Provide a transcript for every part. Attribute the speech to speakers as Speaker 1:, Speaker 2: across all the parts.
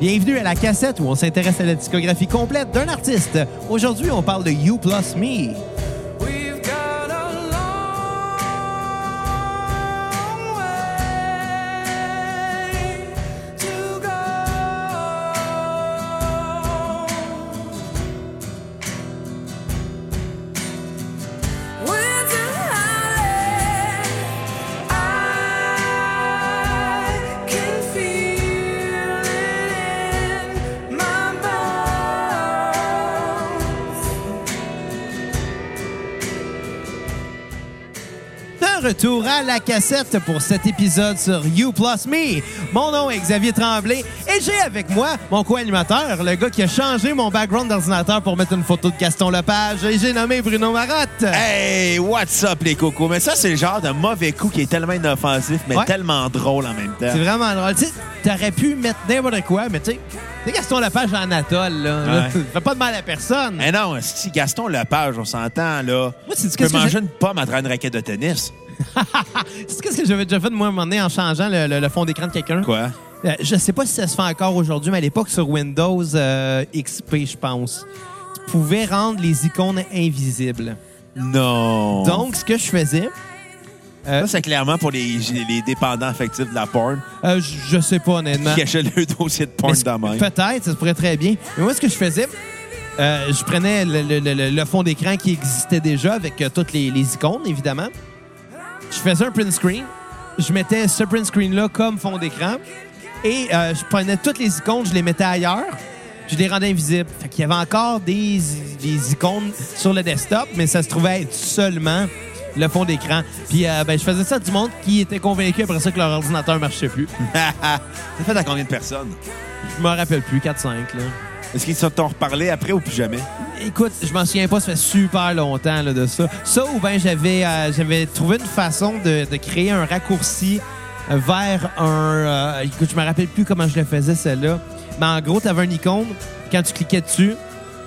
Speaker 1: Bienvenue à la cassette où on s'intéresse à la discographie complète d'un artiste. Aujourd'hui, on parle de You Plus Me.
Speaker 2: We've got a long way to go. Winter I can feel it in my bones.
Speaker 1: De retour à la cassette pour cet épisode sur You Plus Me. Mon nom est Xavier Tremblay et j'ai avec moi mon co-animateur, le gars qui a changé mon background d'ordinateur pour mettre une photo de Gaston Lepage, et j'ai nommé Bruno Marotte.
Speaker 3: Hey, what's up les cocos? Mais ça, c'est le genre de mauvais coup qui est tellement inoffensif, mais
Speaker 1: Ouais.
Speaker 3: tellement drôle en même temps.
Speaker 1: C'est vraiment drôle. Tu sais, t'aurais pu mettre n'importe quoi, mais tu sais, tu sais, Gaston Lepage en atoll, là.
Speaker 3: Ouais.
Speaker 1: Ça fait pas de mal à personne.
Speaker 3: Mais non, si Gaston Lepage, on s'entend, là.
Speaker 1: Moi, c'est-tu
Speaker 3: tu peux
Speaker 1: qu'est-ce que j'ai-
Speaker 3: manger une pomme à travers une raquette de tennis.
Speaker 1: C'est qu'est-ce que j'avais déjà fait de moi à un moment donné en changeant le, le- le fond d'écran de quelqu'un?
Speaker 3: Quoi?
Speaker 1: Euh, je sais pas si ça se fait encore aujourd'hui, mais à l'époque, sur Windows euh, XP, je pense, tu pouvais rendre les icônes invisibles.
Speaker 3: Non.
Speaker 1: Donc, ce que je faisais,
Speaker 3: ça, c'est clairement pour les, les dépendants affectifs de la porn
Speaker 1: euh, je- je sais pas honnêtement.
Speaker 3: qui cachent le dossier de porn
Speaker 1: Mais ce-
Speaker 3: dans même.
Speaker 1: Peut-être, ça se pourrait très bien. Mais moi, ce que je faisais, euh, je prenais le, le- le- le fond d'écran qui existait déjà avec euh, toutes les, les icônes, évidemment. Je faisais un print screen. Je mettais ce print screen-là comme fond d'écran. Et euh, je prenais toutes les icônes, je les mettais ailleurs. Je les rendais invisibles. Fait qu'il y avait encore des, des icônes sur le desktop, mais ça se trouvait être seulement le fond d'écran. Puis euh, ben, je faisais ça à du monde qui était convaincu après ça que leur ordinateur marchait plus.
Speaker 3: ça fait à combien de personnes?
Speaker 1: Je me rappelle plus, 4-5, là.
Speaker 3: Est-ce qu'ils se t'ont reparlé après ou plus jamais?
Speaker 1: Écoute, je m'en souviens pas, ça fait super longtemps là, de ça. Ça ou bien j'avais euh, j'avais trouvé une façon de, de créer un raccourci euh, vers un. euh, écoute, je me rappelle plus comment je le faisais celle-là. Mais en gros, tu avais une icône, quand tu cliquais dessus,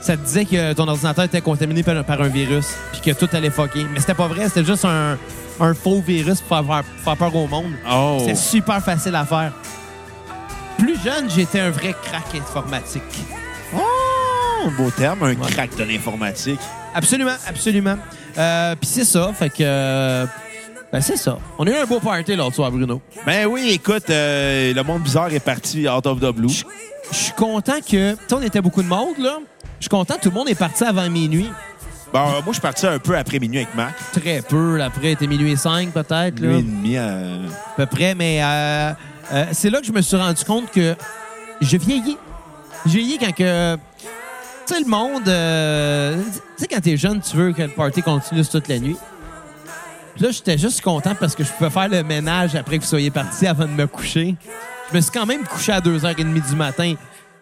Speaker 1: ça te disait que ton ordinateur était contaminé par, par un virus, puis que tout allait fucker. Mais c'était pas vrai, c'était juste un, un faux virus pour faire, faire peur au monde.
Speaker 3: Oh.
Speaker 1: C'est super facile à faire. Plus jeune, j'étais un vrai crack informatique.
Speaker 3: Oh, beau terme, un crack de l'informatique.
Speaker 1: Absolument, absolument. Euh, Puis c'est ça, fait que. euh, ben c'est ça. On a eu un beau party l'autre soir, Bruno.
Speaker 3: Ben oui, écoute, euh, le monde bizarre est parti out of the blue.
Speaker 1: Je suis content que. Tu sais, on était beaucoup de monde, là. Je suis content, que tout le monde est parti avant minuit.
Speaker 3: Bon, euh, moi, je suis parti un peu après minuit avec Marc.
Speaker 1: Très peu, là. Après, était minuit et cinq, peut-être, là.
Speaker 3: Minuit et demi. euh,
Speaker 1: À peu près, mais euh, euh, c'est là que je me suis rendu compte que je vieillis. Je vieillis quand que. Tu sais, le monde. euh, tu sais, quand t'es jeune, tu veux que le party continue toute la nuit. Puis là, j'étais juste content parce que je pouvais faire le ménage après que vous soyez partis avant de me coucher. Je me suis quand même couché à 2h30 du matin,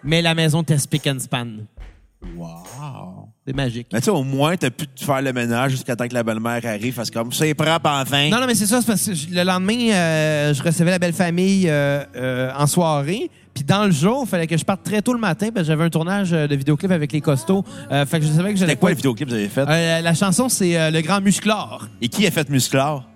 Speaker 1: mais la maison était spick and span.
Speaker 3: Wow.
Speaker 1: C'est magique.
Speaker 3: Mais tu sais, au moins, t'as pu te faire le ménage jusqu'à temps que la belle-mère arrive. Parce que comme c'est propre enfin.
Speaker 1: Non, non, mais c'est ça, c'est parce que je- le lendemain, euh, je recevais la belle famille euh, euh, en soirée. Puis dans le jour, il fallait que je parte très tôt le matin parce que j'avais un tournage euh, de vidéoclip avec les costauds. Euh, fait que je savais que j'allais
Speaker 3: C'était quoi
Speaker 1: pas-
Speaker 3: le vidéoclip que vous avez fait?
Speaker 1: Euh, la chanson, c'est euh, Le Grand Musclor.
Speaker 3: Et qui a fait Musclor?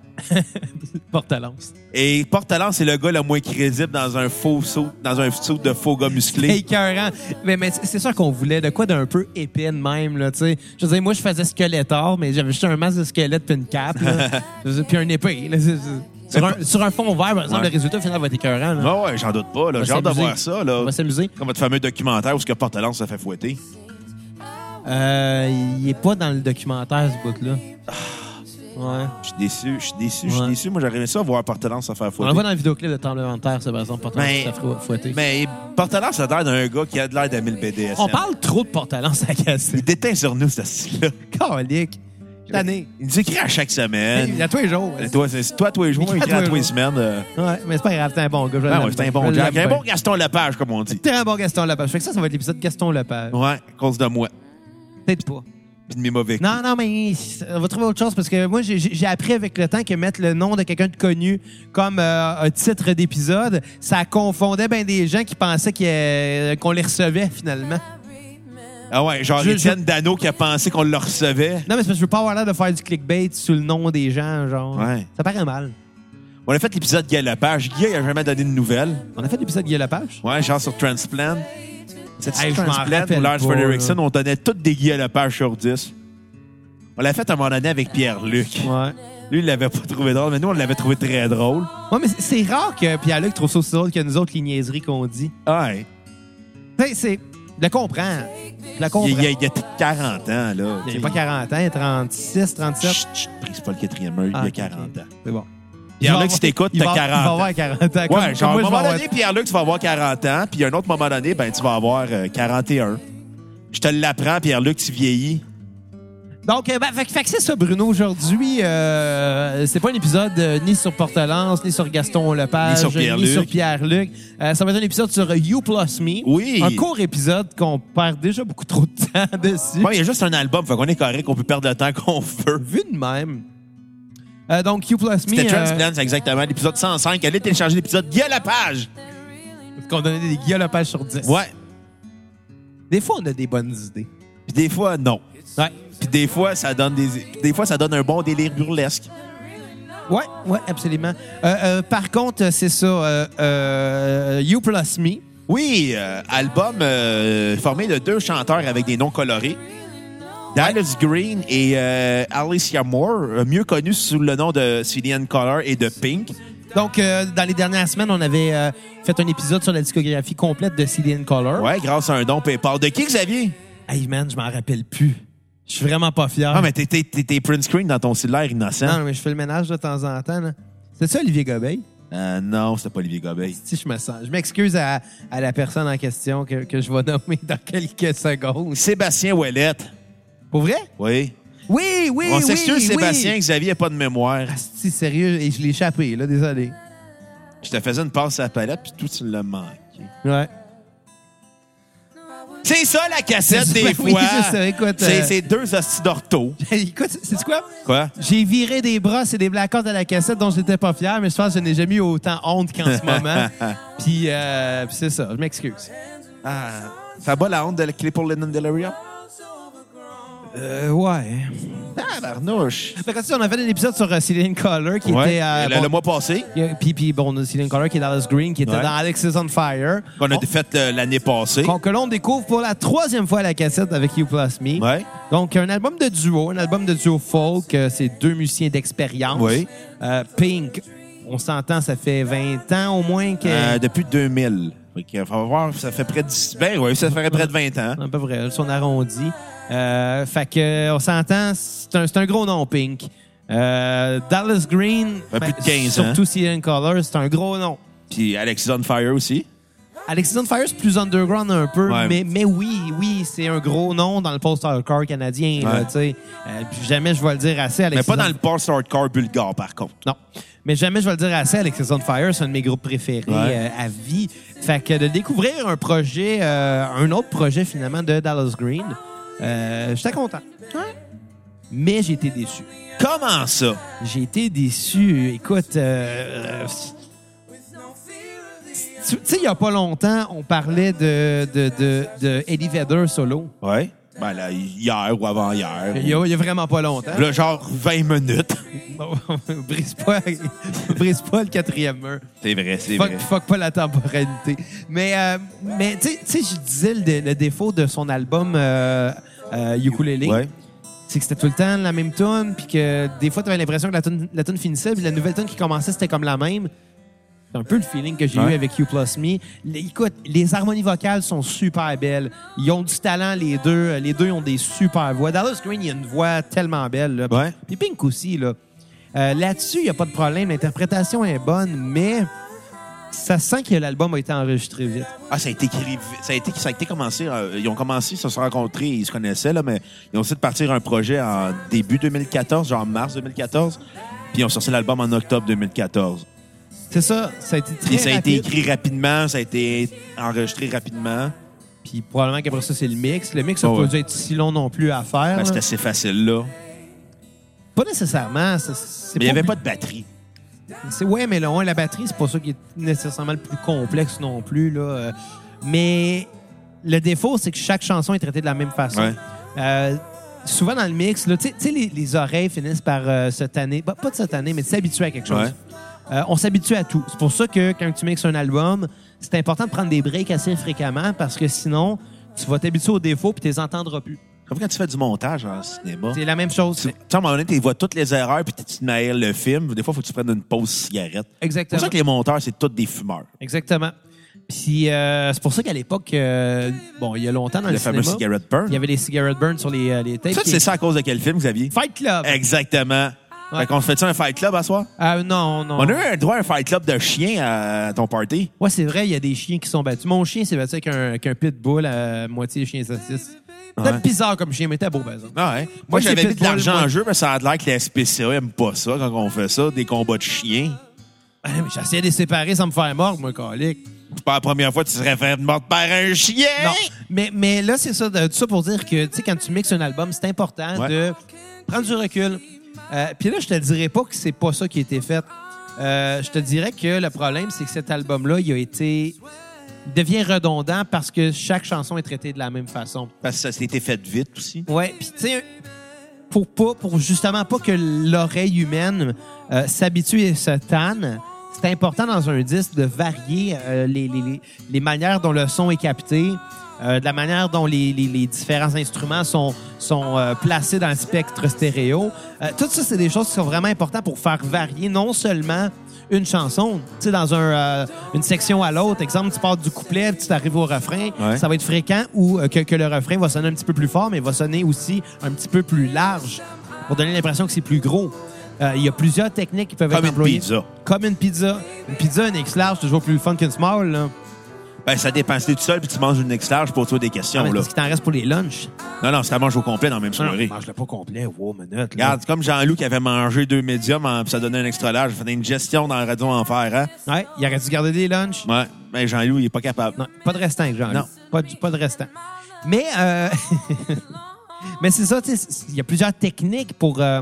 Speaker 1: Portalance.
Speaker 3: Et Portalan, c'est le gars le moins crédible dans un faux saut, dans un saut de faux gars musclé.
Speaker 1: Écœurant. Mais, mais c'est- c'est sûr qu'on voulait de quoi d'un peu épine même, là, tu sais. Je veux dire, moi, je faisais Skeletor, mais j'avais juste un masque de squelette puis une cape, là. Je veux dire, puis un épée, là. C'est- c'est- Sur un, sur un fond vert, par exemple,
Speaker 3: Ouais.
Speaker 1: le résultat final va être écœurant, là.
Speaker 3: Ah ouais, j'en doute pas. là.
Speaker 1: On va
Speaker 3: J'ai hâte de
Speaker 1: s'amuser.
Speaker 3: voir ça. Là.
Speaker 1: On va s'amuser.
Speaker 3: Comme votre fameux documentaire où ce que Portalan se fait fouetter.
Speaker 1: Euh, il est pas dans le documentaire, ce bout-là. Ah. Ouais.
Speaker 3: Je suis déçu, je suis déçu, je suis
Speaker 1: Ouais.
Speaker 3: déçu. Moi, j'aurais aimé ça voir Portalan se faire
Speaker 1: On le voit
Speaker 3: fouetter.
Speaker 1: dans le vidéoclip de Tremblement de terre, ça, par exemple, Portalance
Speaker 3: Mais-
Speaker 1: qui se fait fouetter.
Speaker 3: Mais Portalan, ça a l'air d'un gars qui a de l'air d'aimer le BDSM.
Speaker 1: On parle trop de Portalance à casser.
Speaker 3: Il déteint sur nous, ce style-là.
Speaker 1: Calique. Tanné.
Speaker 3: Il nous écrit à chaque semaine.
Speaker 1: Il a tous les jours.
Speaker 3: Et Toi, c'est toi tous les jours,
Speaker 1: Il
Speaker 3: il
Speaker 1: écrit
Speaker 3: écrit à
Speaker 1: tous
Speaker 3: tous
Speaker 1: les
Speaker 3: les semaines. euh,
Speaker 1: Ouais, mais c'est pas grave, t'es un bon gars. je
Speaker 3: ben
Speaker 1: l'aime
Speaker 3: ouais, c'est un
Speaker 1: bien,
Speaker 3: bon
Speaker 1: je
Speaker 3: Jack.
Speaker 1: l'aime
Speaker 3: Un
Speaker 1: bien.
Speaker 3: bon Gaston Lepage, comme on dit.
Speaker 1: T'es un bon Gaston Lepage. Fait que ça, ça va être l'épisode Gaston Lepage.
Speaker 3: Ouais, à cause de moi.
Speaker 1: Peut-être pas.
Speaker 3: Puis de mes mauvais coups.
Speaker 1: Non, non, mais on va trouver autre chose parce que moi, j'ai- j'ai j'ai appris avec le temps que mettre le nom de quelqu'un de connu comme euh, un titre d'épisode, ça confondait bien des gens qui pensaient qu'il y a- qu'on les recevait finalement.
Speaker 3: Ah ouais, genre
Speaker 1: Je-
Speaker 3: Étienne Dano qui a pensé qu'on le recevait.
Speaker 1: Non, mais c'est parce que je veux pas avoir l'air de faire du clickbait sous le nom des gens, genre.
Speaker 3: Ouais.
Speaker 1: Ça paraît mal.
Speaker 3: On a fait l'épisode Guy Lepage. Guy n'a jamais donné de nouvelles.
Speaker 1: On a fait l'épisode Guy Lepage?
Speaker 3: Ouais, genre sur Transplant. C'était
Speaker 1: Hey, je m'en
Speaker 3: Transplant
Speaker 1: rappelle
Speaker 3: ou Lars
Speaker 1: pas,
Speaker 3: Fredrickson,
Speaker 1: là.
Speaker 3: on donnait toutes des Guy Lepage sur 10. On l'a fait à un moment donné avec Pierre-Luc.
Speaker 1: Ouais.
Speaker 3: Lui, il l'avait pas trouvé drôle, mais nous, on l'avait trouvé très drôle.
Speaker 1: Ouais, mais c'est- c'est rare que Pierre-Luc trouve ça aussi drôle que nous autres, les niaiseries qu'on dit.
Speaker 3: Ouais.
Speaker 1: Tu sais, c'est. Je le comprends. Je le comprends.
Speaker 3: Il,
Speaker 1: Il n'y
Speaker 3: il, il a 40 ans, là.
Speaker 1: a pas 40 ans, 36, 37.
Speaker 3: Chut, chut, c'est pas le quatrième heure,
Speaker 1: Ah,
Speaker 3: il a
Speaker 1: ok,
Speaker 3: 40
Speaker 1: ok.
Speaker 3: ans.
Speaker 1: C'est bon.
Speaker 3: Pierre-Luc, si t'écoutes,
Speaker 1: Il
Speaker 3: t'as
Speaker 1: va-
Speaker 3: 40
Speaker 1: Il va
Speaker 3: ans.
Speaker 1: avoir 40 ans. Comme- comme
Speaker 3: Ouais, genre,
Speaker 1: moi,
Speaker 3: à un
Speaker 1: je vais
Speaker 3: moment
Speaker 1: avoir-
Speaker 3: donné, Pierre-Luc, tu vas avoir 40 ans, puis à un autre moment donné, ben, tu vas avoir euh, 41. Je te l'apprends, Pierre-Luc, tu vieillis.
Speaker 1: Donc, euh, ben, fait, que- fait que c'est ça, Bruno. Aujourd'hui, euh, c'est pas un épisode euh, ni sur Portelance, ni sur Gaston Lepage,
Speaker 3: Ni sur Pierre-Luc.
Speaker 1: sur Pierre-Luc. Euh, ça va être un épisode sur You Plus Me.
Speaker 3: Oui.
Speaker 1: Un court épisode qu'on perd déjà beaucoup trop de temps dessus.
Speaker 3: Bon, il y a juste un album, fait qu'on est correct, on peut perdre le temps qu'on veut.
Speaker 1: Vu de même. Euh, donc, You Plus Me.
Speaker 3: C'était
Speaker 1: euh,
Speaker 3: Transplant, c'est exactement, l'épisode 105. Allez télécharger l'épisode via la page.
Speaker 1: qu'on donnait des Guillaume Lepage sur 10.
Speaker 3: Ouais.
Speaker 1: Des fois, on a des bonnes idées.
Speaker 3: Puis des fois, non.
Speaker 1: Ouais.
Speaker 3: Puis des fois, ça donne des, des fois, ça donne un bon délire burlesque.
Speaker 1: Ouais, ouais, absolument. Euh, euh, par contre, euh, c'est ça. euh, euh, you Plus Me.
Speaker 3: Oui, euh, album euh, formé de deux chanteurs avec des noms colorés. Dallas Green et euh, Alicia Moore, euh, mieux connue sous le nom de Cillian Color et de Pink.
Speaker 1: Donc, euh, dans les dernières semaines, on avait euh, fait un épisode sur la discographie complète de Cillian Color.
Speaker 3: Ouais, grâce à un don PayPal. De qui, Xavier?
Speaker 1: Hey man, je m'en rappelle plus. Je suis vraiment pas fier.
Speaker 3: Ah, mais t'es- t'es t'es- t'es print screen dans ton cellulaire innocent.
Speaker 1: Non, mais je fais le ménage de temps en temps. là. C'est ça, Olivier Gobeil?
Speaker 3: Euh, non, c'était pas Olivier Gobeil.
Speaker 1: Si je me sens. Je m'excuse à, à la personne en question que, que je vais nommer dans quelques secondes.
Speaker 3: Sébastien Ouellette.
Speaker 1: Pour vrai?
Speaker 3: Oui.
Speaker 1: Oui, oui,
Speaker 3: On
Speaker 1: oui.
Speaker 3: s'excuse,
Speaker 1: oui.
Speaker 3: Sébastien, Xavier n'a pas de mémoire.
Speaker 1: Si, sérieux, et je l'ai échappé, là, désolé.
Speaker 3: Je te faisais une passe à la palette, puis tout, tu l'as manqué.
Speaker 1: Ouais.
Speaker 3: C'est ça, la cassette, des
Speaker 1: Ben
Speaker 3: fois.
Speaker 1: oui, je sais, écoute,
Speaker 3: C'est
Speaker 1: euh,
Speaker 3: c'est deux hosties d'ortho.
Speaker 1: Écoute, c'est quoi?
Speaker 3: Quoi?
Speaker 1: J'ai viré des brosses et des blackouts à la cassette dont j'étais pas fier, mais je pense que je n'ai jamais eu autant honte qu'en ce moment. Puis, euh, puis c'est ça, je m'excuse.
Speaker 3: Ah, ça bat la honte de la clé pour Lennon Delaria?
Speaker 1: Euh, ouais.
Speaker 3: Ah, Barnouche.
Speaker 1: Fait que, tu sais, on a fait un épisode sur euh, Céline Collar qui
Speaker 3: Ouais.
Speaker 1: était. euh,
Speaker 3: le,
Speaker 1: bon,
Speaker 3: le mois passé,
Speaker 1: euh, puis, puis, bon, on a Céline Collar qui est Dallas Green, qui était
Speaker 3: Ouais.
Speaker 1: dans Alex is on Fire.
Speaker 3: qu'on a
Speaker 1: On-
Speaker 3: fait euh, l'année passée.
Speaker 1: qu'on- que l'on découvre pour la troisième fois à la cassette avec You Plus Me.
Speaker 3: Ouais.
Speaker 1: Donc, un album de duo, un album de duo folk. euh, c'est deux musiciens d'expérience.
Speaker 3: Oui.
Speaker 1: Euh, Pink, on s'entend, ça fait 20 ans au moins que.
Speaker 3: Euh, depuis 2000. Fait que, faut voir, ça fait près de 10 ben, ouais, ça ferait près de 20 ans.
Speaker 1: À peu près, son arrondi. Euh, fait que, euh, on s'entend, c'est un, c'est un gros nom, Pink. Euh, Dallas Green, ben,
Speaker 3: fait plus de hein? 15 ans.
Speaker 1: surtout Cyan Color, c'est un gros nom.
Speaker 3: Puis Alexis on Fire aussi.
Speaker 1: Alexis on Fire, c'est plus underground un peu,
Speaker 3: Ouais.
Speaker 1: mais, mais oui, oui, c'est un gros nom dans le post-hardcore canadien. là,
Speaker 3: Ouais.
Speaker 1: tu sais. Euh, puis jamais je vais le dire assez,
Speaker 3: Mais
Speaker 1: Alexis
Speaker 3: pas
Speaker 1: on-
Speaker 3: dans le post hardcore bulgare, par contre.
Speaker 1: Non. Mais jamais je vais le dire assez, Alexis on Fire, c'est un de mes groupes préférés
Speaker 3: Ouais.
Speaker 1: euh, à vie. Fait que de découvrir un projet, euh, un autre projet finalement de Dallas Green, euh, j'étais content. Mais j'ai été déçu.
Speaker 3: Comment ça?
Speaker 1: J'ai été déçu. Écoute, euh, euh, tu tu sais, il n'y a pas longtemps, on parlait de, de, de, de Eddie Vedder solo.
Speaker 3: Ouais. Ben là, hier ou avant-hier.
Speaker 1: Il n'y a, il y a vraiment pas longtemps.
Speaker 3: Là, genre 20 minutes.
Speaker 1: brise, pas, brise pas le quatrième mur.
Speaker 3: C'est vrai, c'est
Speaker 1: Fuck,
Speaker 3: vrai.
Speaker 1: fuck pas la temporalité. Mais, euh, mais tu sais- tu sais, je disais le, dé- le défaut de son album euh, euh, Ukulele.
Speaker 3: Ouais.
Speaker 1: C'est que c'était tout le temps la même tune, puis que des fois, tu avais l'impression que la tune la tune finissait, puis la nouvelle tune qui commençait, c'était comme la même. C'est un peu le feeling que j'ai
Speaker 3: Ouais.
Speaker 1: eu avec You Plus Me. Les- écoute, les harmonies vocales sont super belles. Ils ont du talent, les deux. Les deux ont des super voix. Dallas Green, il a une voix tellement belle. Là.
Speaker 3: Ouais.
Speaker 1: Puis Pink aussi. Là. Euh, Là-dessus, il n'y a pas de problème. L'interprétation est bonne, mais ça sent que l'album a été enregistré vite.
Speaker 3: Ah, ça a été écrit- ça a été, ça a été commencé. euh, ils ont commencé, ils se sont rencontrés, ils se connaissaient, là, mais ils ont décidé de partir un projet en début 2014, genre en mars 2014. Puis ils ont sorti l'album en octobre 2014.
Speaker 1: C'est ça. Ça a été très
Speaker 3: Puis ça a été
Speaker 1: rapide.
Speaker 3: écrit rapidement, ça a été enregistré rapidement.
Speaker 1: Ah Puis probablement qu'après ça, c'est le mix. Le mix n'a
Speaker 3: Oh,
Speaker 1: pas
Speaker 3: ouais.
Speaker 1: dû être si long non plus à faire.
Speaker 3: Ben,
Speaker 1: là.
Speaker 3: C'était assez facile, là.
Speaker 1: Pas nécessairement. c'est- c'est
Speaker 3: Mais il n'y avait
Speaker 1: plus-
Speaker 3: pas de batterie.
Speaker 1: c'est- Ouais, mais le ouais, la batterie, c'est pas ça qui est nécessairement le plus complexe non plus. Là. Euh, Mais le défaut, c'est que chaque chanson est traitée de la même façon.
Speaker 3: Ouais.
Speaker 1: Euh, souvent dans le mix, là, tu sais- tu sais, les, les oreilles finissent par euh, se tanner. Bah, pas de se tanner, mais de s'habituer à quelque chose.
Speaker 3: Ouais.
Speaker 1: Euh, on s'habitue à tout. C'est pour ça que quand tu mixes un album, c'est important de prendre des breaks assez fréquemment parce que sinon, tu vas t'habituer aux défauts puis tu les entendras plus.
Speaker 3: Comme quand tu fais du montage en cinéma.
Speaker 1: C'est la même chose.
Speaker 3: Tu tu sais, à un moment donné, tu vois toutes les erreurs puis tu tu te nailles le film. Des fois, il faut que tu prennes une pause cigarette. C'est
Speaker 1: Exactement.
Speaker 3: pour ça que les monteurs, c'est tous des fumeurs.
Speaker 1: Exactement. Puis euh, c'est pour ça qu'à l'époque, euh, bon, il y a longtemps dans le,
Speaker 3: Le fameux
Speaker 1: cinéma,
Speaker 3: cigarette burn.
Speaker 1: il y avait des cigarette burns sur les, euh, les tapes.
Speaker 3: Ça,
Speaker 1: qui-
Speaker 3: c'est ça à cause de quel film, Xavier?
Speaker 1: Fight Club.
Speaker 3: Exactement.
Speaker 1: Ouais.
Speaker 3: Fait qu'on se fait-tu un fight club à soir?
Speaker 1: Ah non, non.
Speaker 3: On a eu un droit à un fight club de chien à ton party.
Speaker 1: Ouais, c'est vrai, il y a des chiens qui sont battus. Mon chien s'est battu avec un, avec un pitbull à moitié chien saucisse. C'était
Speaker 3: Ouais.
Speaker 1: bizarre comme chien, mais t'es beau, par exemple.
Speaker 3: Ah ouais.
Speaker 1: Moi,
Speaker 3: Moi,
Speaker 1: j'ai
Speaker 3: j'avais
Speaker 1: fait
Speaker 3: mis de
Speaker 1: vol,
Speaker 3: l'argent
Speaker 1: moi.
Speaker 3: en jeu, mais ça a l'air que la SPCA aime pas ça quand on fait ça, des combats de chiens.
Speaker 1: Ah, mais J'essayais de les séparer sans me faire mordre, moi, calique.
Speaker 3: C'est pas la première fois que tu serais fait mordre par un chien!
Speaker 1: Non, mais, mais là, c'est ça, de- tout ça pour dire que, tu sais, quand tu mixes un album, c'est important
Speaker 3: Ouais.
Speaker 1: de prendre du recul. Euh, Puis là, je te dirais pas que c'est pas ça qui a été fait. Euh, je te dirais que le problème, c'est que cet album-là, il a été... il devient redondant parce que chaque chanson est traitée de la même façon.
Speaker 3: Parce que ça s'était fait vite aussi.
Speaker 1: Ouais, puis tu sais, pour pas, pour justement pas que l'oreille humaine euh, s'habitue et se tanne, c'est important dans un disque de varier euh, les, les- les- les manières dont le son est capté, euh, de la manière dont les, les- les différents instruments sont, sont euh, placés dans le spectre stéréo. Euh, tout ça, c'est des choses qui sont vraiment importantes pour faire varier non seulement une chanson, tu sais, dans un, euh, une section à l'autre. Exemple, tu pars du couplet, tu arrives au refrain,
Speaker 3: Ouais.
Speaker 1: ça va être fréquent ou euh, que, que le refrain va sonner un petit peu plus fort, mais va sonner aussi un petit peu plus large pour donner l'impression que c'est plus gros. Euh, Il y a plusieurs techniques qui peuvent
Speaker 3: Comme
Speaker 1: être
Speaker 3: une
Speaker 1: employées.
Speaker 3: pizza.
Speaker 1: Comme une pizza. Une pizza, une X large, toujours plus fun qu'une small. Là.
Speaker 3: Ben, ça dépend. Si t'es tout seul puis tu manges une ex large pour toi des questions,
Speaker 1: Ah, mais
Speaker 3: là.
Speaker 1: parce qu'il t'en reste pour les lunchs.
Speaker 3: Non, non, si t'as manges au complet dans la même
Speaker 1: Ah,
Speaker 3: soirée.
Speaker 1: Mange-le pas complet. Wow, minute. là.
Speaker 3: Regarde, c'est comme Jean-Loup qui avait mangé deux médiums, hein, puis ça donnait un extra large. Il faisait une gestion dans la radio enfer, hein?
Speaker 1: Ouais, il aurait dû garder des lunchs.
Speaker 3: Ouais. Ben, Jean-Loup, il est pas capable.
Speaker 1: Non, pas de restant avec Jean-Luc.
Speaker 3: Non.
Speaker 1: Pas de, pas de restant. Mais, euh, mais c'est ça, tu sais, c'est- il y a plusieurs techniques pour, euh,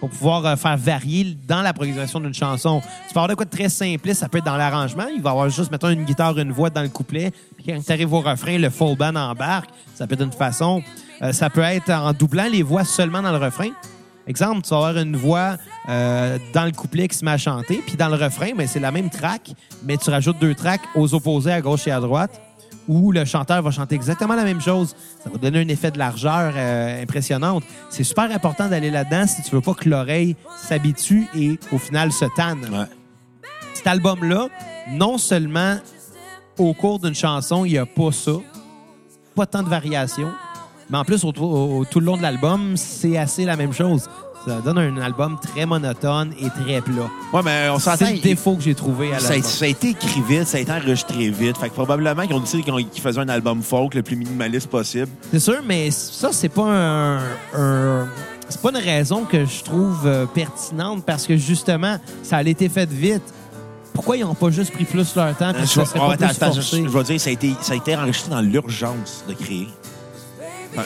Speaker 1: pour pouvoir euh, faire varier dans la progression d'une chanson. Tu peux avoir de quoi de très simpliste, ça peut être dans l'arrangement. Il va y avoir juste, mettons, une guitare, une voix dans le couplet. Puis quand tu arrives au refrain, le full band embarque. Ça peut être d'une façon. Euh, ça peut être en doublant les voix seulement dans le refrain. Exemple, tu vas avoir une voix euh, dans le couplet qui se met à chanter, puis dans le refrain, ben, c'est la même track, mais tu rajoutes deux tracks aux opposés à gauche et à droite, où le chanteur va chanter exactement la même chose. Ça va donner un effet de largeur euh, impressionnante. C'est super important d'aller là-dedans si tu veux pas que l'oreille s'habitue et au final se tanne.
Speaker 3: Ouais.
Speaker 1: Cet album-là, non seulement au cours d'une chanson, il n'y a pas ça, pas tant de variations. Mais en plus, au, au- tout le long de l'album, c'est assez la même chose. Ça donne un album très monotone et très plat.
Speaker 3: Ouais, mais on s'entend.
Speaker 1: C'est le
Speaker 3: il-
Speaker 1: défaut que j'ai trouvé à
Speaker 3: Ça a,
Speaker 1: l'album.
Speaker 3: ça a été écrit vite, ça a été enregistré vite. Fait que probablement qu'ils ont dit qu'ils ont- qu'ils faisaient un album folk le plus minimaliste possible.
Speaker 1: C'est sûr, mais ça, c'est pas un... un- c'est pas une raison que je trouve euh, pertinente parce que justement, ça a été fait vite. Pourquoi ils n'ont pas juste pris plus leur temps? puis
Speaker 3: Je
Speaker 1: Ah, ça
Speaker 3: vais-
Speaker 1: serait
Speaker 3: oh,
Speaker 1: pas
Speaker 3: attends,
Speaker 1: plus
Speaker 3: attends,
Speaker 1: forcé?
Speaker 3: je- je vais dire, ça a, été, ça a été enregistré dans l'urgence de créer.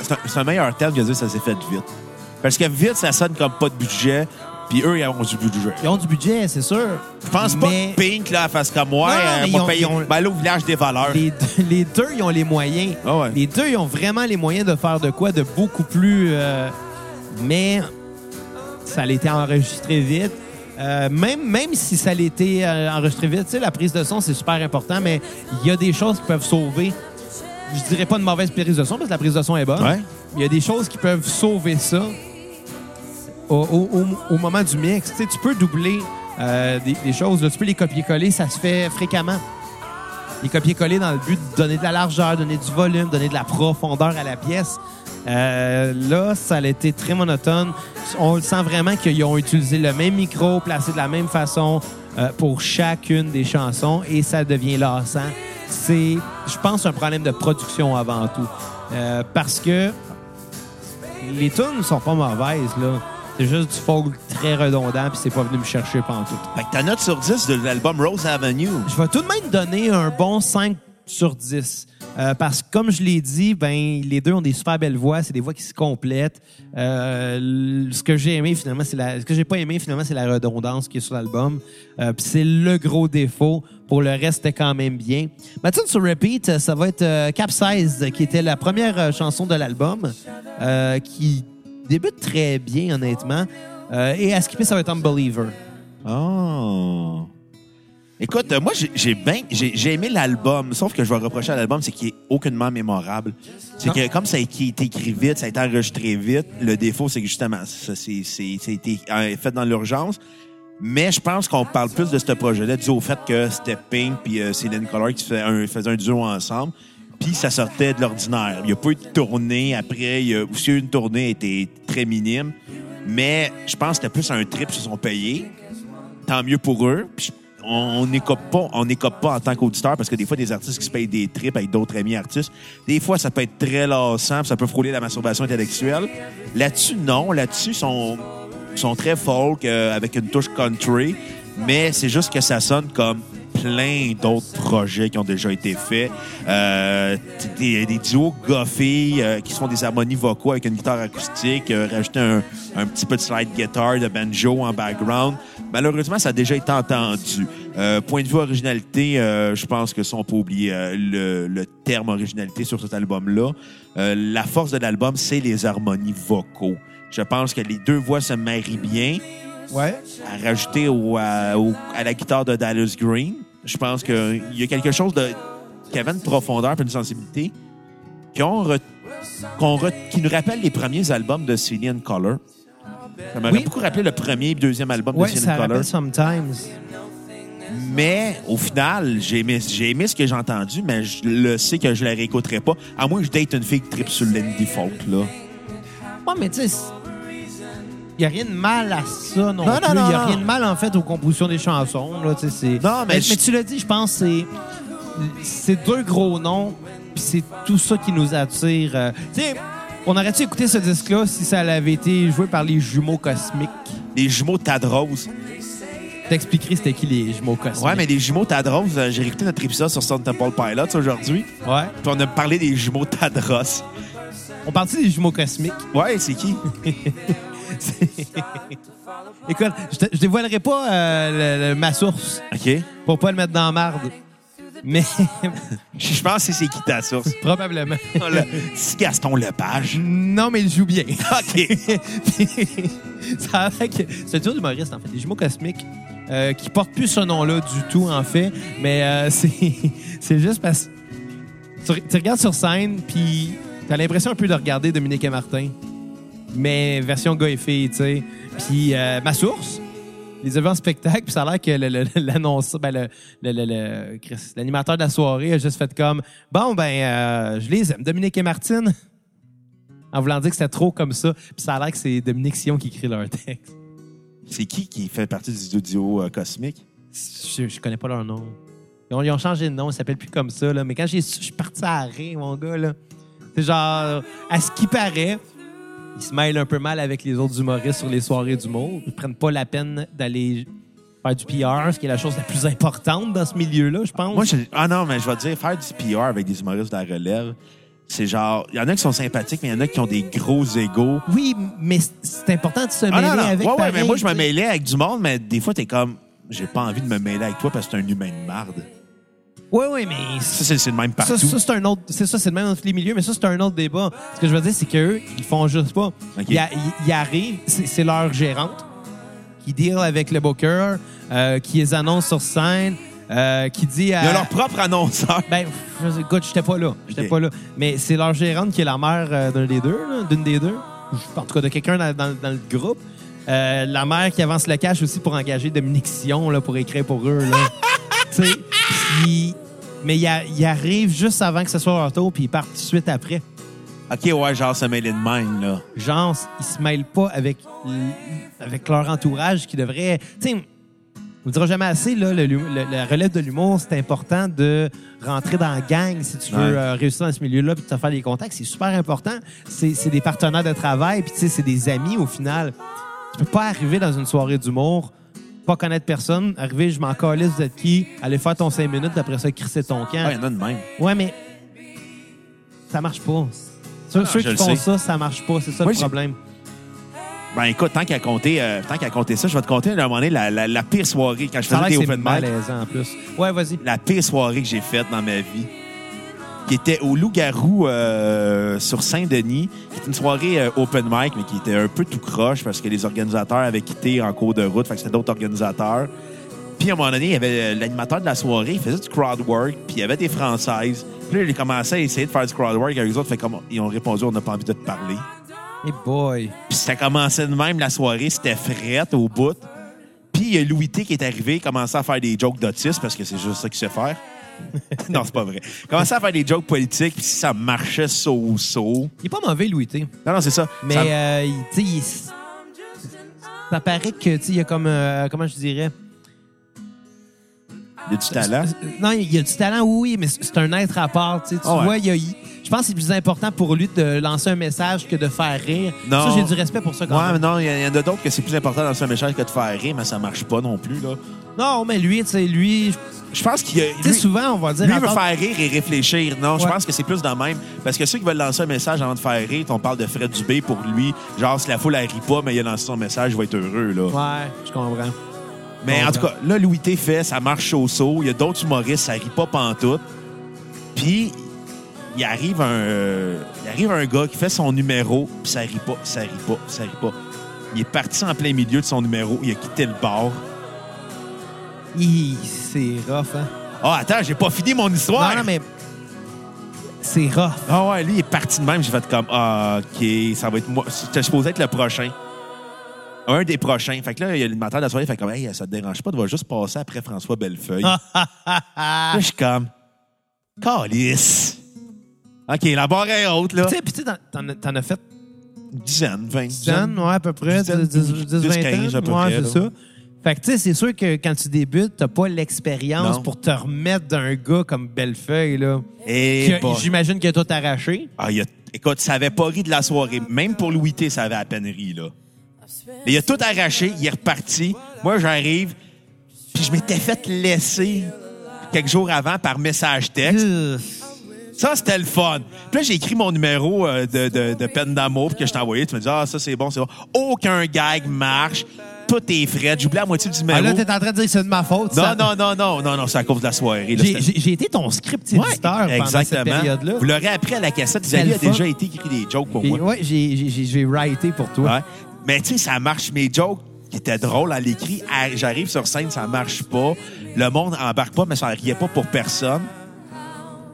Speaker 3: C'est un, c'est un meilleur terme que de dire ça s'est fait vite. Parce que vite, ça sonne comme pas de budget, puis eux, ils ont du budget.
Speaker 1: Ils ont du budget, c'est sûr.
Speaker 3: Je pense
Speaker 1: Mais-
Speaker 3: pas que Pink, là, fasse comme moi,
Speaker 1: Non, non, mais
Speaker 3: elle
Speaker 1: ils ont-
Speaker 3: va payer
Speaker 1: ils ont-
Speaker 3: ben, aller au village des valeurs.
Speaker 1: Les, deux- les deux, ils ont les moyens.
Speaker 3: Ah ouais.
Speaker 1: Les deux, ils ont vraiment les moyens de faire de quoi de beaucoup plus. euh, mais ça a été enregistré vite. Euh, même, même si ça a été euh, enregistré vite, tu sais, la prise de son, c'est super important, mais il y a des choses qui peuvent sauver. Je dirais pas une mauvaise prise de son, parce que la prise de son est bonne.
Speaker 3: Ouais.
Speaker 1: Il y a des choses qui peuvent sauver ça au, au- au- au moment du mix. Tu sais, tu peux doubler euh, des, des choses, là. tu peux les copier-coller, ça se fait fréquemment. Les copier-coller dans le but de donner de la largeur, donner du volume, donner de la profondeur à la pièce. Euh, là, ça a été très monotone. On le sent vraiment qu'ils ont utilisé le même micro, placé de la même façon euh, pour chacune des chansons et ça devient lassant. C'est, je pense, un problème de production avant tout. Euh, parce que les tunes sont pas mauvaises, là. C'est juste du folk très redondant, puis c'est pas venu me chercher pantoute.
Speaker 3: Fait que ta note sur 10 de l'album Rose Avenue.
Speaker 1: Je vais tout de même donner un bon 5 sur 10. Euh, parce que, comme je l'ai dit, ben, les deux ont des super belles voix. C'est des voix qui se complètent. Euh, l- ce que j'ai aimé, finalement, c'est la... Ce que j'ai pas aimé, finalement, c'est la redondance qui est sur l'album. Euh, Puis c'est le gros défaut. Pour le reste, c'était quand même bien. Ma tune sur repeat, euh, ça va être euh, Capsize, qui était la première euh, chanson de l'album, euh, qui débute très bien, honnêtement. Euh, et à skipper, ça va être Unbeliever.
Speaker 3: Oh. Écoute, euh, moi, j'ai j'ai bien- j'ai- j'ai aimé l'album, sauf que je vais reprocher à l'album, c'est qu'il est aucunement mémorable. C'est
Speaker 1: Non.
Speaker 3: que comme ça a été écrit vite, ça a été enregistré vite, le défaut, c'est que justement, ça c'est- c'est- ça a été euh, fait dans l'urgence. Mais je pense qu'on parle plus de ce projet-là dû au fait que c'était Pink puis euh, Céline Collard qui faisaient un, faisaient un duo ensemble, puis ça sortait de l'ordinaire. Il n'y a pas eu de tournée après. Il y a aussi eu une tournée elle était très minime, mais je pense que c'était plus un trip, ils se sont payés tant mieux pour eux. Puis je- on on n'écope pas, on n'écope pas en tant qu'auditeur parce que des fois des artistes qui se payent des trips avec d'autres amis artistes, des fois ça peut être très lassant, puis ça peut frôler la masturbation intellectuelle. Là-dessus non, là-dessus ils sont ils sont très folk euh, avec une touche country, mais c'est juste que ça sonne comme plein d'autres projets qui ont déjà été faits. Euh, des, des duos goffés euh, qui se font des harmonies vocaux avec une guitare acoustique, euh, rajouter un, un petit peu de slide guitar, de banjo en background. Malheureusement, ça a déjà été entendu. Euh, point de vue originalité, euh, je pense que ça, on peut oublier euh, le, le terme originalité sur cet album-là. Euh, la force de l'album, c'est les harmonies vocaux. Je pense que les deux voix se marient bien
Speaker 1: Ouais.
Speaker 3: à rajouter au, à, au- à la guitare de Dallas Green. Je pense qu'il y a quelque chose de, qui avait une profondeur et une sensibilité qui, ont re- qu'on re- qui nous rappelle les premiers albums de Céline Color. Ça m'aurait
Speaker 1: Oui.
Speaker 3: beaucoup rappelé le premier et deuxième album
Speaker 1: Ouais,
Speaker 3: de
Speaker 1: ça
Speaker 3: Céline Color.
Speaker 1: rappelle Sometimes.
Speaker 3: Mais au final, j'ai aimé, j'ai aimé ce que j'ai entendu, mais je le sais que je la réécouterai pas. À moins que je date une fille qui tripe sur l'Indie Folk. Là.
Speaker 1: Ouais, mais tu sais, il n'y a rien de mal à ça non,
Speaker 3: Non, non,
Speaker 1: plus. Il
Speaker 3: non,
Speaker 1: n'y a
Speaker 3: non.
Speaker 1: rien de mal, en fait, aux compositions des chansons. Là, tu sais, c'est-
Speaker 3: Non, mais
Speaker 1: mais,
Speaker 3: je-
Speaker 1: mais tu l'as dit, je pense que c'est- c'est deux gros noms, puis c'est tout ça qui nous attire. euh, tu sais, on aurait-tu écouté ce disque-là si ça avait été joué par les jumeaux cosmiques?
Speaker 3: Les jumeaux Tad Rose.
Speaker 1: T'expliquerais c'était qui les jumeaux cosmiques.
Speaker 3: Ouais, mais les jumeaux Tad Rose, euh, j'ai réécouté notre épisode sur Stone Temple Pilots aujourd'hui.
Speaker 1: Ouais.
Speaker 3: Puis on a parlé des jumeaux Tadros.
Speaker 1: On partit des jumeaux cosmiques.
Speaker 3: Ouais, c'est qui?
Speaker 1: Écoute, je, te- je dévoilerai pas euh, le- le- ma source
Speaker 3: OK.
Speaker 1: pour pas le mettre dans la marde. Mais
Speaker 3: Je pense que c'est qui ta source?
Speaker 1: probablement.
Speaker 3: C'est Gaston Lepage.
Speaker 1: Non, mais il joue bien.
Speaker 3: OK.
Speaker 1: ça a l'air que- c'est un tour d'humoriste, en fait. Les jumeaux cosmiques euh, qui portent plus ce nom-là du tout, en fait. Mais euh, c'est c'est juste parce que tu, tu regardes sur scène, puis t'as l'impression un peu de regarder Dominique et Martin, mais version gars et fille, tu sais. Puis euh, ma source, les avais en spectacle, puis ça a l'air que le- le- l'annonce, ben, le- le- le- le- Chris, l'animateur de la soirée a juste fait comme Bon, ben, euh, je les aime, Dominique et Martine. En voulant dire que c'était trop comme ça, puis ça a l'air que c'est Dominique Sion qui écrit leur texte.
Speaker 3: C'est qui qui fait partie du duo euh, cosmique?
Speaker 1: Je, je connais pas leur nom. Ils ont, ils ont changé de nom, ils s'appellent plus comme ça, là. Mais quand j'ai su, je suis parti à rien, mon gars, là. C'est genre, à ce qui paraît, ils se mêlent un peu mal avec les autres humoristes sur les soirées d'humour. Ils prennent pas la peine d'aller faire du PR, ce qui est la chose la plus importante dans ce milieu-là, je pense.
Speaker 3: Moi, je... Ah non, mais je vais te dire, faire du PR avec des humoristes de la relève, c'est genre... Il y en a qui sont sympathiques, mais il y en a qui ont des gros égaux.
Speaker 1: Oui, mais c- c'est important de se mêler
Speaker 3: Ah non, non.
Speaker 1: avec
Speaker 3: ouais, ouais,
Speaker 1: pareil,
Speaker 3: mais moi, je me
Speaker 1: tu sais.
Speaker 3: mêlais avec du monde, mais des fois, t'es comme... J'ai pas envie de me mêler avec toi parce que t'es un humain de marde.
Speaker 1: Ouais, ouais, mais
Speaker 3: Ça, c'est- c'est le même partout.
Speaker 1: Ça, ça, c'est un autre. C'est ça, c'est le même dans tous les milieux, mais ça, c'est un autre débat. Ce que je veux dire, c'est qu'eux, ils font juste pas. Ils, a- ils- ils arrivent, c'est c'est leur gérante qui deal avec le booker, euh, qui les annonce sur scène, euh, qui dit à.
Speaker 3: Ils ont leur propre annonceur.
Speaker 1: Ben, je, écoute, j'étais pas là. J'étais
Speaker 3: Ok.
Speaker 1: pas là. Mais c'est leur gérante qui est la mère euh, d'un des deux, là, d'une des deux. Je- En tout cas, de quelqu'un dans, dans- dans le groupe. Euh, la mère qui avance le cash aussi pour engager Dominique Sion là, pour écrire pour eux. Là. tu sais, puis- mais ils a- ils arrivent juste avant que ce soit leur tour, puis ils partent tout de suite après.
Speaker 3: OK, ouais, genre se mêler de même, là.
Speaker 1: Genre, ils se mêlent pas avec, l- avec leur entourage qui devrait. Tu sais, on ne dira jamais assez, là, le, le- la relève de l'humour, c'est important de rentrer dans la gang si tu veux
Speaker 3: Ouais.
Speaker 1: euh, réussir dans ce milieu-là puis de te faire des contacts. C'est super important. C'est c'est des partenaires de travail, puis tu sais, c'est des amis au final. Tu peux pas arriver dans une soirée d'humour, pas connaître personne, arriver, je m'en calisse, vous êtes qui, aller faire ton 5 minutes, après ça, crisser ton camp.
Speaker 3: Ouais, Ah, il y en a de même.
Speaker 1: Ouais, mais ça marche pas. Ceux, ceux
Speaker 3: Ah, je
Speaker 1: qui
Speaker 3: le
Speaker 1: font
Speaker 3: sais.
Speaker 1: ça, ça marche pas. C'est ça
Speaker 3: Moi,
Speaker 1: le
Speaker 3: j'ai-
Speaker 1: problème.
Speaker 3: Ben écoute, tant qu'à compter, euh, tant qu'à compter ça, je vais te compter à un moment donné la, la- la pire soirée quand je
Speaker 1: Ça a
Speaker 3: faisais
Speaker 1: l'air
Speaker 3: des
Speaker 1: que c'est
Speaker 3: open mic.
Speaker 1: malaisant en plus. Ouais, vas-y.
Speaker 3: La pire soirée que j'ai faite dans ma vie, qui était au Loup-Garou euh, sur Saint-Denis, qui était une soirée euh, open mic, mais qui était un peu tout croche parce que les organisateurs avaient quitté en cours de route, fait que c'était d'autres organisateurs. Puis à un moment donné, il y avait euh, l'animateur de la soirée, il faisait du crowd work, puis il y avait des Françaises. Puis là, il commençait à essayer de faire du crowd work avec les autres. Fait comme ils ont répondu, on n'a pas envie de te parler.
Speaker 1: Hey boy.
Speaker 3: Puis ça commençait de même, la soirée, c'était frette au bout. Puis il y a Louis T qui est arrivé, il commençait à faire des jokes d'autistes parce que c'est juste ça qu'il sait faire. non, c'est pas vrai. Il commençait à faire des jokes politiques, puis ça marchait so-so.
Speaker 1: Il est pas mauvais, Louis T.
Speaker 3: Non, non, c'est ça.
Speaker 1: Mais,
Speaker 3: Ça-
Speaker 1: euh, il- tu sais, il- ça paraît que, tu sais, il y a comme, euh, comment je dirais...
Speaker 3: il y a du talent.
Speaker 1: C'est- c'est- Non, il y a du talent, oui, mais c'est c'est un être à part. Tu sais. Tu
Speaker 3: Ah ouais.
Speaker 1: vois, il y a- il- je pense que c'est plus important pour lui de lancer un message que de faire rire.
Speaker 3: Non.
Speaker 1: Ça, j'ai du respect pour ça quand
Speaker 3: Ouais, mais
Speaker 1: même.
Speaker 3: non, il y, en- il y en a d'autres que c'est plus important dans le méchant que de faire rire, mais ça marche pas non plus, là.
Speaker 1: Non, mais lui, tu sais, lui,
Speaker 3: Je pense qu'il y a.
Speaker 1: tu sais,
Speaker 3: lui-
Speaker 1: souvent, on va dire.
Speaker 3: Lui veut
Speaker 1: attends-
Speaker 3: faire rire et réfléchir. Non, je
Speaker 1: Ouais.
Speaker 3: pense que c'est plus dans le même. Parce que ceux qui veulent lancer un message avant de faire rire, on parle de Fred Dubé pour lui. Genre, si la foule, elle rit pas, mais il a lancé son message, il va être heureux, là.
Speaker 1: Ouais, je comprends.
Speaker 3: mais
Speaker 1: comprends.
Speaker 3: en tout cas, là, Louis T fait, ça marche au saut. Il y a d'autres humoristes, ça rit pas pantoute. Puis, il arrive un, euh, il arrive un gars qui fait son numéro, puis ça rit pas, ça rit pas, ça rit pas. Il est parti en plein milieu de son numéro, il a quitté le bar.
Speaker 1: Hi, C'est rough, hein.
Speaker 3: Ah, attends, j'ai pas fini mon histoire.
Speaker 1: Non, non, mais. C'est rough.
Speaker 3: Ah ouais, lui, il est parti de même. J'ai fait comme, ah, OK, ça va être moi. J'étais supposé être le prochain. Un des prochains. Fait que là, il y a l'animateur de la soirée, il fait comme, hey, ça te dérange pas, tu vas juste passer après François Bellefeuille. là, je suis comme, calice. OK, la barre est haute, là.
Speaker 1: Tu sais, puis tu sais, t'en- t'en as- t'en as fait
Speaker 3: Dizaine, vingt.
Speaker 1: dizaine, ouais, à peu près,
Speaker 3: Dizaine,
Speaker 1: 10, 10, 20
Speaker 3: 15 à peu
Speaker 1: ouais,
Speaker 3: près,
Speaker 1: c'est
Speaker 3: là.
Speaker 1: ça. Fait que, tu sais, c'est sûr que quand tu débutes, t'as pas l'expérience
Speaker 3: Non.
Speaker 1: pour te remettre d'un gars comme Bellefeuille, là.
Speaker 3: Et
Speaker 1: Que- J'imagine que tout arraché.
Speaker 3: ah, il y a- Écoute, ça avait pas ri de la soirée. Même pour Louis T, ça avait à peine ri, là. Mais il a tout arraché, il est reparti. Moi, j'arrive, puis je m'étais fait laisser quelques jours avant par message texte. Ça, c'était le fun. Puis là, j'ai écrit mon numéro euh, de, de- de peine d'amour que je t'ai envoyé. Tu me dis, ah, ça, c'est bon, c'est bon. Aucun gag marche. Tout est frais. J'oublie la moitié du
Speaker 1: Ah,
Speaker 3: numéro.
Speaker 1: là, t'es en train de dire que c'est de ma faute. ça.
Speaker 3: non, non, non, non, non, non, c'est à cause de la soirée. là,
Speaker 1: J'ai-
Speaker 3: c'était-
Speaker 1: J'ai j'ai été ton script
Speaker 3: Ouais,
Speaker 1: éditeur pendant cette période-là.
Speaker 3: Vous l'aurez appris à la cassette.
Speaker 1: C'était
Speaker 3: Xavier
Speaker 1: le
Speaker 3: a
Speaker 1: fun.
Speaker 3: déjà été écrit des jokes pour
Speaker 1: Puis,
Speaker 3: moi.
Speaker 1: Ouais, j'ai- j'ai j'ai- j'ai writé pour toi.
Speaker 3: Ouais. Mais tu sais, ça marche. Mes jokes qui étaient drôles à l'écrit, à- j'arrive sur scène, ça marche pas. Le monde embarque pas, mais ça riait pas pour personne.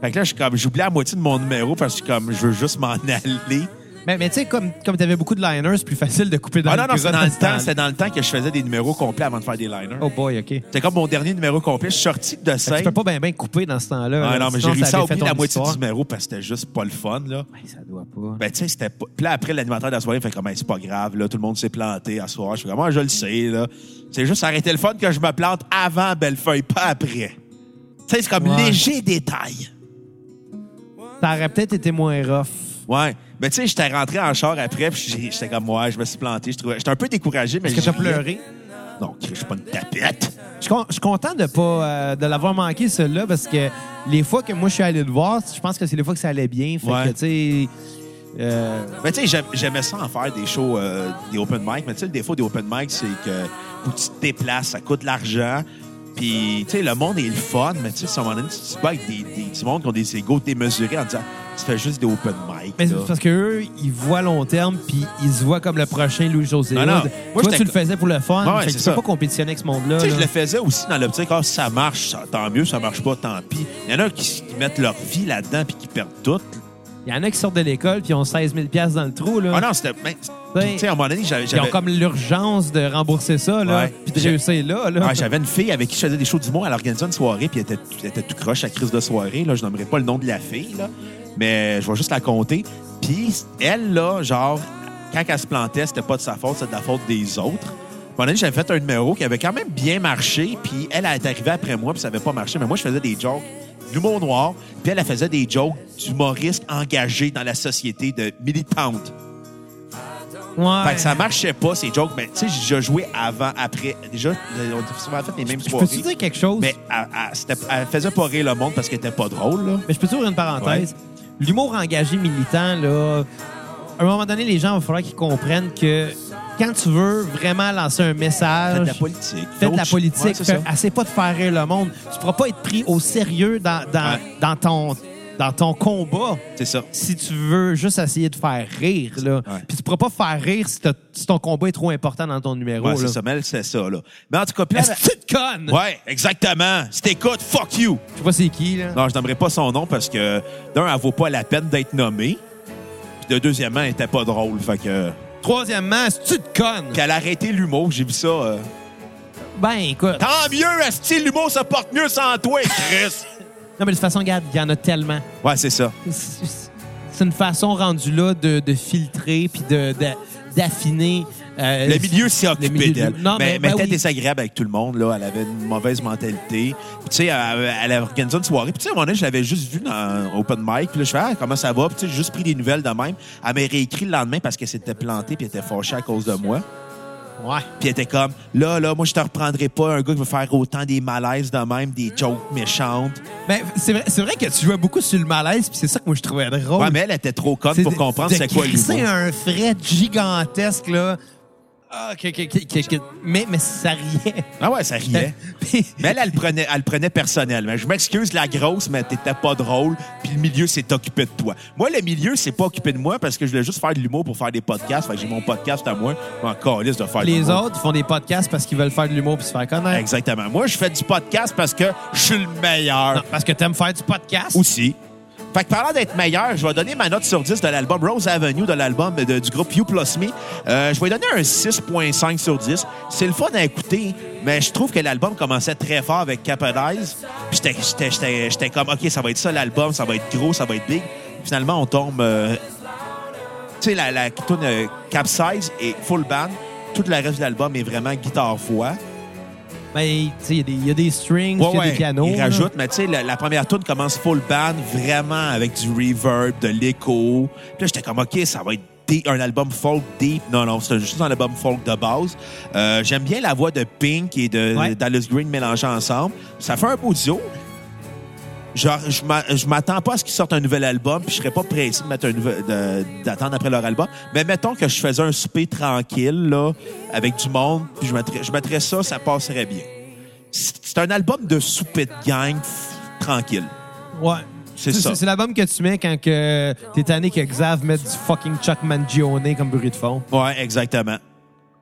Speaker 3: Fait que là, je suis comme, j'oublie la moitié de mon numéro parce que je suis comme, je veux juste m'en aller.
Speaker 1: Mais, mais tu sais, comme, comme t'avais beaucoup de liners, c'est plus facile de couper dans
Speaker 3: Ah non, non,
Speaker 1: le
Speaker 3: c'est
Speaker 1: gras
Speaker 3: dans le
Speaker 1: ce temps-là.
Speaker 3: temps, c'était dans le temps que je faisais des numéros complets avant de faire des liners.
Speaker 1: Oh boy, OK.
Speaker 3: C'était comme mon dernier numéro complet. Je suis sorti de
Speaker 1: Fait que Tu
Speaker 3: scène.
Speaker 1: peux pas bien ben couper dans ce temps-là.
Speaker 3: Ah
Speaker 1: là,
Speaker 3: non, mais j'ai
Speaker 1: sinon, ça
Speaker 3: réussi à
Speaker 1: avait fait
Speaker 3: oublier
Speaker 1: ton
Speaker 3: la moitié
Speaker 1: histoire.
Speaker 3: du numéro parce que c'était juste pas le fun, là.
Speaker 1: Ouais, ça doit pas.
Speaker 3: Ben, tu sais, c'était pas. Puis là, après, l'animateur de la soirée fait comme, Hey, c'est pas grave, là, tout le monde s'est planté à soir. Je fais comme, Ah, je le sais, là. C'est juste arrêter le fun que je me plante avant Bellefeuille, pas après. Tu sais, c'est comme
Speaker 1: Ouais.
Speaker 3: léger détail. Ben.
Speaker 1: Ça aurait peut-être été moins rough.
Speaker 3: Ouais. Mais tu sais, j'étais rentré en char après, puis j'ai- j'étais comme, ouais, je me suis planté. Je trouvais- J'étais un peu découragé, mais
Speaker 1: Est-ce que
Speaker 3: j'ai
Speaker 1: t'as
Speaker 3: riais.
Speaker 1: pleuré?
Speaker 3: Non, je suis pas une tapette.
Speaker 1: Je suis con- je suis content de pas euh, de l'avoir manqué, celui-là, parce que les fois que moi, je suis allé le voir, je pense que c'est les fois que ça allait bien. Fait
Speaker 3: Ouais.
Speaker 1: que, tu sais... euh,
Speaker 3: Mais tu sais, j'aim- j'aimais ça en faire des shows, euh, des open mic. Mais tu sais, le défaut des open mic, c'est que faut que tu te déplaces, ça coûte de l'argent. Puis, tu sais, le monde est le fun, mais tu sais, à un moment donné, tu te bats avec des, des, du monde qui ont des égaux démesurés en disant, tu fais juste des open mic.
Speaker 1: Mais c'est
Speaker 3: là.
Speaker 1: parce qu'eux, ils voient long terme, puis ils se voient comme le prochain Louis-José.
Speaker 3: Non, non.
Speaker 1: Hood.
Speaker 3: Moi,
Speaker 1: Toi,
Speaker 3: j'étais-
Speaker 1: tu le faisais pour le fun.
Speaker 3: Ouais, ouais,
Speaker 1: fait que
Speaker 3: c'est
Speaker 1: tu
Speaker 3: ça.
Speaker 1: peux pas compétitionner avec ce monde-là.
Speaker 3: Tu sais, je
Speaker 1: là.
Speaker 3: le faisais aussi dans l'optique, ah, si ça marche, ça- tant mieux, ça marche pas, tant pis. Il y en a qui, qui mettent leur vie là-dedans puis qui perdent tout.
Speaker 1: Il y en a qui sortent de l'école, puis ils ont 16 000 dans le trou. Là.
Speaker 3: Ah non, c'était. ben, puis, tu sais, à un moment donné, j'avais.
Speaker 1: ils ont
Speaker 3: j'avais-
Speaker 1: comme l'urgence de rembourser ça, là,
Speaker 3: Ouais.
Speaker 1: puis de
Speaker 3: J'ai-
Speaker 1: réussir là. là.
Speaker 3: Ouais, j'avais une fille avec qui je faisais des shows d'humour. Elle organisait une soirée, puis elle était, elle était tout croche à crise de soirée. Là. Je nommerai pas le nom de la fille, là. mais je vais juste la compter. Puis elle, là, genre, quand elle se plantait, c'était pas de sa faute, c'était de la faute des autres. À un moment donné, j'avais fait un numéro qui avait quand même bien marché, puis elle, elle est arrivée après moi, puis ça avait pas marché. Mais moi, je faisais des jokes d'humour noir, puis elle, elle faisait des jokes d'humoristes engagés dans la société, de militantes.
Speaker 1: Ouais.
Speaker 3: Fait que ça marchait pas, ces jokes. Mais tu sais, j'ai déjà joué avant, après. Déjà, on a souvent fait les mêmes
Speaker 1: Je
Speaker 3: soirées.
Speaker 1: peux-tu dire quelque chose?
Speaker 3: Mais elle, elle- c'était- elle faisait pas rire le monde parce qu'elle était pas drôle, là.
Speaker 1: Mais je peux ouvrir une parenthèse. L'humour engagé militant, là, à un moment donné, les gens, il va falloir qu'ils comprennent que quand tu veux vraiment lancer un
Speaker 3: Faites de
Speaker 1: message,
Speaker 3: la politique.
Speaker 1: fais de Ah, la
Speaker 3: D'autres-
Speaker 1: politique,
Speaker 3: Ouais, c'est ça.
Speaker 1: fais- essaie pas de faire rire le monde. Tu pourras pas être pris au sérieux dans, dans,
Speaker 3: Ouais.
Speaker 1: dans ton dans ton combat
Speaker 3: C'est ça.
Speaker 1: si tu veux juste essayer de faire rire. Là.
Speaker 3: Ouais.
Speaker 1: Puis tu pourras pas faire rire si, t'as- si ton combat est trop important dans ton numéro.
Speaker 3: Ouais,
Speaker 1: là.
Speaker 3: c'est ça, mais elle, c'est ça, là. Mais en tout cas, puis
Speaker 1: Est-ce
Speaker 3: elle-
Speaker 1: que tu te connes?
Speaker 3: Ouais, exactement. Si t'écoutes, fuck you.
Speaker 1: Je sais pas c'est qui, là.
Speaker 3: Non, je nommerai pas son nom parce que, d'un, elle vaut pas la peine d'être nommée. Puis de deuxièmement, elle était pas drôle. Fait que.
Speaker 1: Troisièmement, est-ce que tu te connes?
Speaker 3: Puis elle a arrêté l'humour, j'ai vu ça. euh.
Speaker 1: Ben, écoute.
Speaker 3: Tant mieux, Asti, l'humour se porte mieux sans toi, Chris.
Speaker 1: Non, mais de toute façon, regarde, il y en a tellement.
Speaker 3: ouais, c'est ça.
Speaker 1: C'est c'est une façon rendue là de, de filtrer puis de- de- d'affiner. euh,
Speaker 3: Le milieu s'est
Speaker 1: le
Speaker 3: occupé
Speaker 1: milieu
Speaker 3: d'elle.
Speaker 1: du- Non,
Speaker 3: mais
Speaker 1: mais,
Speaker 3: mais
Speaker 1: ben
Speaker 3: elle était
Speaker 1: oui.
Speaker 3: désagréable avec tout le monde. Là. Elle avait une mauvaise mentalité. Puis, tu sais, elle, elle avait organisé une soirée. Puis, tu sais, à un moment donné, je l'avais juste vue dans un open mic. Puis là, je fais, ah, comment ça va? Puis, tu sais, j'ai juste pris des nouvelles de même. Elle m'a réécrit le lendemain parce qu'elle s'était plantée puis elle était fâchée à cause de moi.
Speaker 1: Ouais.
Speaker 3: Puis, elle était comme, là, là, moi, je te reprendrai pas un gars qui veut faire autant des malaises de même, des jokes méchantes.
Speaker 1: Ben, c'est vrai, c'est vrai que tu jouais beaucoup sur le malaise, puis c'est ça que moi je trouvais drôle.
Speaker 3: Ouais, mais elle était trop conne
Speaker 1: Oh. C'est
Speaker 3: pour
Speaker 1: de-
Speaker 3: comprendre
Speaker 1: de
Speaker 3: c'est quoi l'humour.
Speaker 1: crisser un fret gigantesque, là. Ah, que- que- que- que- que- Mais, mais ça riait.
Speaker 3: Ah ouais, ça riait.
Speaker 1: Puis-
Speaker 3: Mais elle, elle le prenait, elle le prenait personnel. Mais je m'excuse, la grosse, mais t'étais pas drôle. Puis le milieu s'est occupé de toi. Moi, le milieu s'est pas occupé de moi parce que je voulais juste faire de l'humour pour faire des podcasts. Fait que j'ai mon podcast à moi. Je m'en calisse de faire de
Speaker 1: les
Speaker 3: l'humour.
Speaker 1: autres hein? font des podcasts parce qu'ils veulent faire de l'humour puis se faire connaître.
Speaker 3: Exactement. Moi, je fais du podcast parce que je suis le meilleur
Speaker 1: Non, parce que t'aimes faire du podcast.
Speaker 3: aussi. Fait que parlant d'être meilleur, je vais donner ma note sur 10 de l'album Rose Avenue, de l'album de- du groupe You Plus Me. Euh, je vais donner un 6.5 sur 10. C'est le fun à écouter, mais je trouve que l'album commençait très fort avec Capodize. Puis j'étais- j'étais- j'étais j'étais comme, OK, ça va être ça l'album, ça va être gros, ça va être big. Finalement, on tombe... euh, tu sais, la, la qui tourne euh, Capsize et Full Band. Tout le reste de l'album est vraiment guitare-voix.
Speaker 1: Ben, tu sais, il y a des- il y, a des strings, il
Speaker 3: Ouais,
Speaker 1: y a
Speaker 3: ouais.
Speaker 1: des pianos.
Speaker 3: Il
Speaker 1: là.
Speaker 3: rajoute, mais tu sais, la, la première tune commence full band, vraiment avec du reverb, de l'écho. Puis là, j'étais comme, OK, ça va être deep, un album folk deep. Non, non, c'est juste un album folk de base. Euh, J'aime bien la voix de Pink et de
Speaker 1: Ouais.
Speaker 3: Dallas Green mélangées ensemble. Ça fait un beau duo. Genre, je m'a- je m'attends pas à ce qu'ils sortent un nouvel album, puis je serais pas pressé de mettre un nouvel- de- d'attendre après leur album. Mais mettons que je faisais un souper tranquille, là, avec du monde, puis je mettrais, je mettrais ça, ça passerait bien. C'est c'est un album de souper de gang pff, tranquille.
Speaker 1: Ouais.
Speaker 3: C'est ça.
Speaker 1: C'est l'album que tu mets quand que t'es tanné que Xav mette du fucking Chuck Mangione comme bruit de fond.
Speaker 3: Ouais, exactement.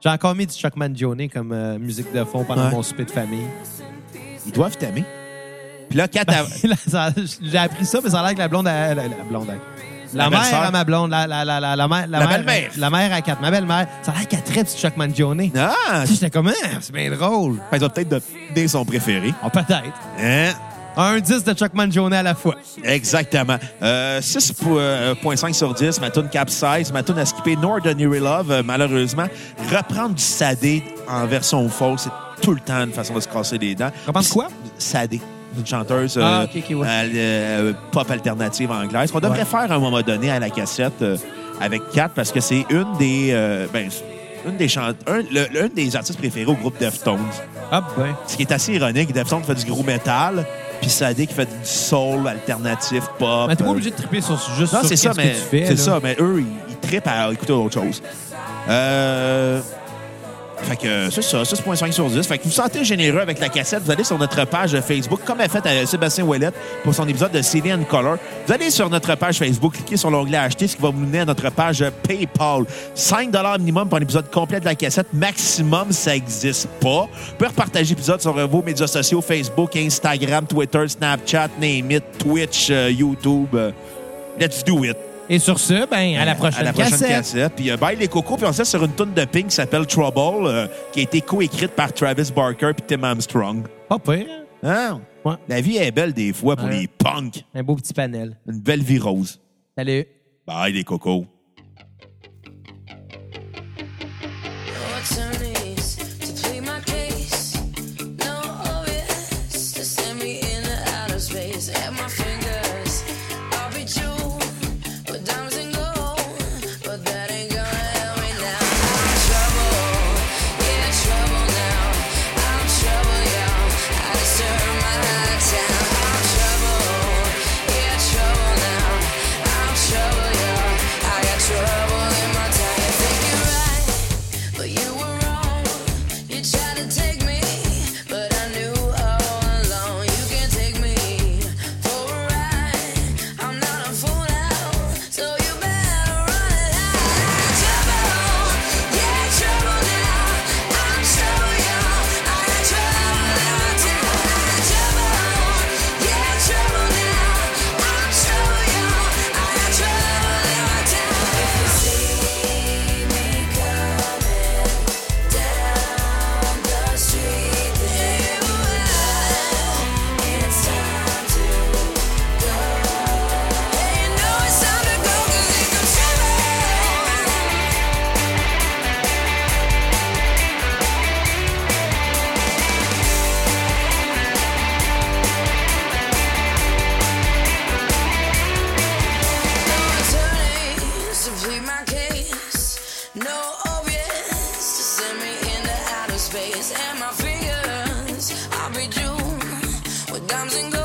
Speaker 1: J'ai encore mis du Chuck Mangione comme euh, musique de fond pendant
Speaker 3: Ouais.
Speaker 1: mon souper de famille.
Speaker 3: Ils doivent t'aimer. Puis là, quand t'as-
Speaker 1: Là, ça- J'ai appris ça, mais ça a l'air que la blonde... à- la, la blonde à- La,
Speaker 3: La
Speaker 1: mère
Speaker 3: belle-sœur.
Speaker 1: à ma blonde, la, la, la, la, la mère...
Speaker 3: La
Speaker 1: mère-
Speaker 3: belle-mère.
Speaker 1: La mère à quatre, ma belle-mère. Ça a l'air qu'elle traite du Chuck Mangione.
Speaker 3: Ah!
Speaker 1: Tu sais, J'étais comme, Hein, c'est bien drôle.
Speaker 3: Ils doivent peut-être donner son préféré.
Speaker 1: Ah, Peut-être.
Speaker 3: Hein?
Speaker 1: Un 10 de Chuck Mangione à la fois.
Speaker 3: Exactement. Euh, 6.5 sur 10, ma tune capsize, ma tune à skipper Northern Eerie Love, euh, malheureusement. Reprendre du sadé en version faux, c'est tout le temps une façon de se casser les dents.
Speaker 1: Reprendre quoi?
Speaker 3: Sadé. Une chanteuse euh,
Speaker 1: Ah, ok, ok, ouais.
Speaker 3: à- euh, pop alternative anglaise qu'on devrait
Speaker 1: Ouais.
Speaker 3: faire à un moment donné à la cassette euh, avec Kat parce que c'est une des euh, ben, une des chante- un, le- le- un des artistes préférés au groupe Deftones.
Speaker 1: Hop, ben.
Speaker 3: Ce qui est assez ironique, Deftones fait du gros métal, puis Sadé qui fait du soul alternatif pop.
Speaker 1: Mais t'es pas
Speaker 3: euh,
Speaker 1: obligé de triper sur juste
Speaker 3: non,
Speaker 1: sur
Speaker 3: c'est ça,
Speaker 1: qu'est-ce que
Speaker 3: mais
Speaker 1: tu fais,
Speaker 3: c'est
Speaker 1: là.
Speaker 3: ça, mais eux, ils, ils trippent à écouter autre chose. Euh... Fait que c'est ça, 6.5 sur 10. Fait que vous vous sentez généreux avec la cassette, vous allez sur notre page Facebook, comme a fait euh, Sébastien Ouellette pour son épisode de CD and Color. Vous allez sur notre page Facebook, cliquez sur l'onglet Acheter, ce qui va vous mener à notre page euh, PayPal. 5 minimum pour un épisode complet de la cassette. Maximum, ça n'existe pas. Vous pouvez repartager l'épisode sur euh, vos médias sociaux, Facebook, Instagram, Twitter, Snapchat, name it, Twitch, euh, YouTube. euh, Let's do it.
Speaker 1: Et sur ce, ben, à la prochaine,
Speaker 3: À la prochaine
Speaker 1: cassette.
Speaker 3: cassette. Puis euh, bye les cocos. Puis on se laisse sur une tune de Pink qui s'appelle Trouble, euh, qui a été co-écrite par Travis Barker puis Tim Armstrong.
Speaker 1: Pas pire. hein?
Speaker 3: Hein?
Speaker 1: Ouais.
Speaker 3: La vie est belle des fois pour
Speaker 1: Ouais.
Speaker 3: les punks.
Speaker 1: Un beau petit panel.
Speaker 3: Une belle vie rose.
Speaker 1: Salut.
Speaker 3: Bye les cocos.
Speaker 2: attorneys to plead my case. No OS to send me in or out of space. At my fingers, I'll be jeweled with diamonds and gold, but that ain't gonna help me now. I'm in trouble, yeah, trouble now. I'm trouble, yeah. I deserve my high town. I'm trouble, yeah, trouble now. I'm trouble, yeah. I got I'll be June with diamonds and gold.